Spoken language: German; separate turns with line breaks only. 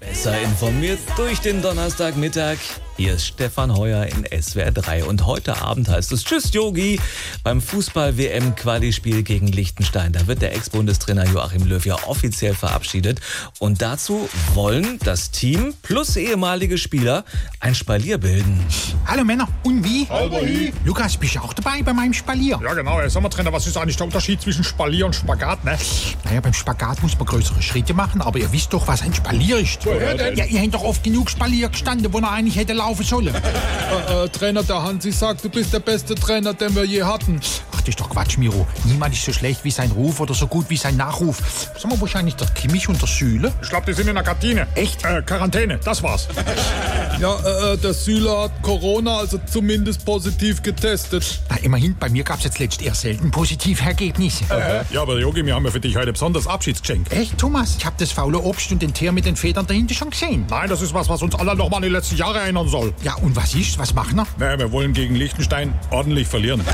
Besser informiert durch den Donnerstagmittag. Hier ist Stefan Heuer in SWR 3 und heute Abend heißt es Tschüss Yogi beim Fußball-WM-Quali-Spiel gegen Liechtenstein. Da wird der Ex-Bundestrainer Joachim Löw ja offiziell verabschiedet und dazu wollen das Team plus ehemalige Spieler ein Spalier bilden.
Hallo Männer, und wie?
Halber Hi.
Lukas, bist du auch dabei bei meinem Spalier?
Ja genau, ey, sag mal Trainer, was ist eigentlich der Unterschied zwischen Spalier und Spagat, ne?
Naja, beim Spagat muss man größere Schritte machen, aber ihr wisst doch, was ein Spalier ist.
Woher denn?
Ja, ihr habt doch oft genug Spalier gestanden, wo er eigentlich hätte laufen sollen.
Äh, äh, Trainer, der Hansi sagt, du bist der beste Trainer, den wir je hatten.
Ach, das ist doch Quatsch, Miro. Niemand ist so schlecht wie sein Ruf oder so gut wie sein Nachruf. Sag mal, wahrscheinlich der Kimmich und der Süle?
Ich glaub, die sind in der Kantine.
Echt?
Äh, Quarantäne, das war's.
Ja, äh, äh, der Süler hat Corona, also zumindest positiv getestet.
Na, immerhin, bei mir gab's jetzt letzt eher selten positive Ergebnisse.
ja, aber Jogi, wir haben ja für dich heute besonders Abschiedsgeschenk.
Echt, Thomas? Ich hab das faule Obst und den Teer mit den Federn dahinter schon gesehen.
Nein, das ist was, was uns alle nochmal an die letzten Jahre erinnern soll.
Ja, und was ist? Was machen wir?
Naja, wir wollen gegen Liechtenstein ordentlich verlieren.